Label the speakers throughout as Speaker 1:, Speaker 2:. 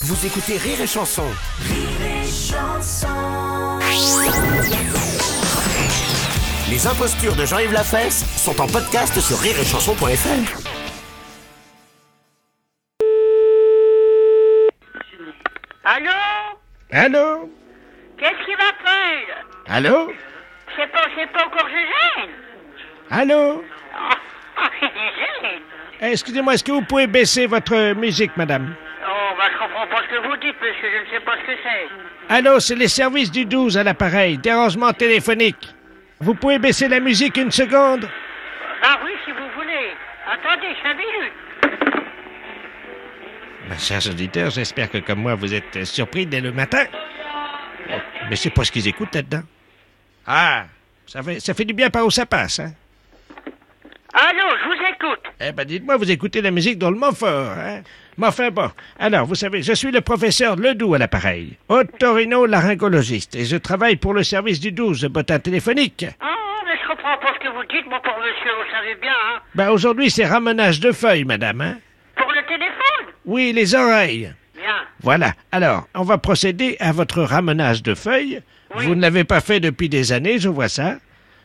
Speaker 1: Vous écoutez Rire et Chanson. Les impostures de Jean-Yves Lafesse sont en podcast sur rireetchanson.fr.
Speaker 2: Allô
Speaker 3: Allô
Speaker 2: Qu'est-ce qui m'appelle
Speaker 3: Allô
Speaker 2: C'est pas, c'est pas encore Eugène
Speaker 3: Allô
Speaker 2: Ah, ah, c'est Eugène
Speaker 3: Excusez-moi, est-ce que vous pouvez baisser votre musique, madame
Speaker 2: Oh, bah, je comprends pas ce que vous dites, monsieur, je ne sais pas ce que c'est.
Speaker 3: Allô, c'est les services du 12 à l'appareil, dérangement téléphonique. Vous pouvez baisser la musique une seconde
Speaker 2: Ah oui, si vous voulez. Attendez, cinq minutes.
Speaker 3: Ma Ben, chers auditeurs, j'espère que comme moi, vous êtes euh, surpris dès le matin. Oh, Mais c'est pas ce qu'ils écoutent là-dedans. Ah, ça fait, ça fait du bien par où ça passe, hein
Speaker 2: Allô, je vous écoute.
Speaker 3: Eh ben, dites-moi, vous écoutez la musique drôlement fort, hein? Mais enfin, bon. Alors, vous savez, je suis le professeur Ledoux à l'appareil, otorhino-laryngologiste, et je travaille pour le service du 12 bottin téléphonique.
Speaker 2: Ah, mais je comprends pas ce que vous dites, mon pauvre monsieur, vous savez bien, hein.
Speaker 3: Ben, aujourd'hui, c'est ramenage de feuilles, madame, hein?
Speaker 2: Pour le téléphone
Speaker 3: Oui, les oreilles.
Speaker 2: Bien.
Speaker 3: Voilà. Alors, on va procéder à votre ramenage de feuilles.
Speaker 2: Oui.
Speaker 3: Vous ne l'avez pas fait depuis des années, je vois ça.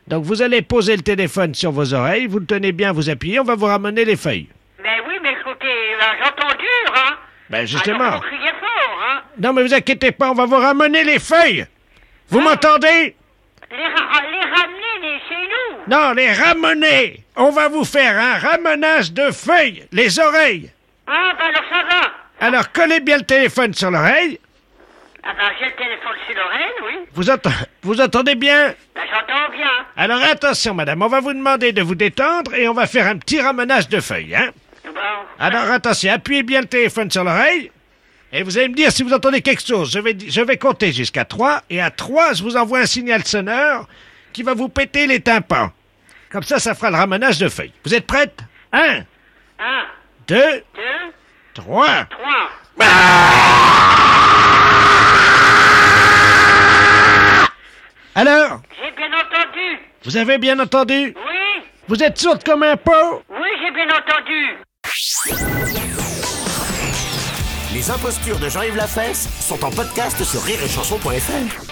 Speaker 3: Donc, vous allez poser le téléphone sur vos oreilles, vous le tenez bien, vous appuyez, on va vous ramener les feuilles.
Speaker 2: Mais Ben oui, mais écoutez, là, j'entends dur, hein.
Speaker 3: Ben, justement.
Speaker 2: Alors, vous criez fort, hein.
Speaker 3: Non, mais vous inquiétez pas, on va vous ramener les feuilles. Vous m'entendez
Speaker 2: Les, ra- les ramener les, chez nous.
Speaker 3: Non, les ramener. On va vous faire un ramenage de feuilles, les oreilles.
Speaker 2: Ah, bah, alors ça va.
Speaker 3: Alors collez bien le téléphone sur l'oreille.
Speaker 2: Ah, bah, j'ai le téléphone sur l'oreille, oui.
Speaker 3: Vous, enten- vous entendez bien
Speaker 2: Ben, j'entends bien.
Speaker 3: Alors attention, madame, on va vous demander de vous détendre et on va faire un petit ramenage de feuilles, hein
Speaker 2: Bon.
Speaker 3: Alors attention, appuyez bien le téléphone sur l'oreille. Et vous allez me dire si vous entendez quelque chose. Je vais, di- je vais compter jusqu'à 3. Et à 3, je vous envoie un signal sonore qui va vous péter les tympans. Comme ça, ça fera le ramenage de feuilles. Vous êtes prête 1,
Speaker 2: Un,
Speaker 3: 2,
Speaker 2: deux,
Speaker 3: 3.
Speaker 2: trois.
Speaker 3: Alors,
Speaker 2: J'ai bien entendu.
Speaker 3: vous avez bien entendu
Speaker 2: Oui,
Speaker 3: Vous êtes sourde comme un pot
Speaker 2: oui, j'ai bien entendu.
Speaker 1: Les impostures de Jean-Yves Lafesse sont en podcast sur rireetchanson.fr.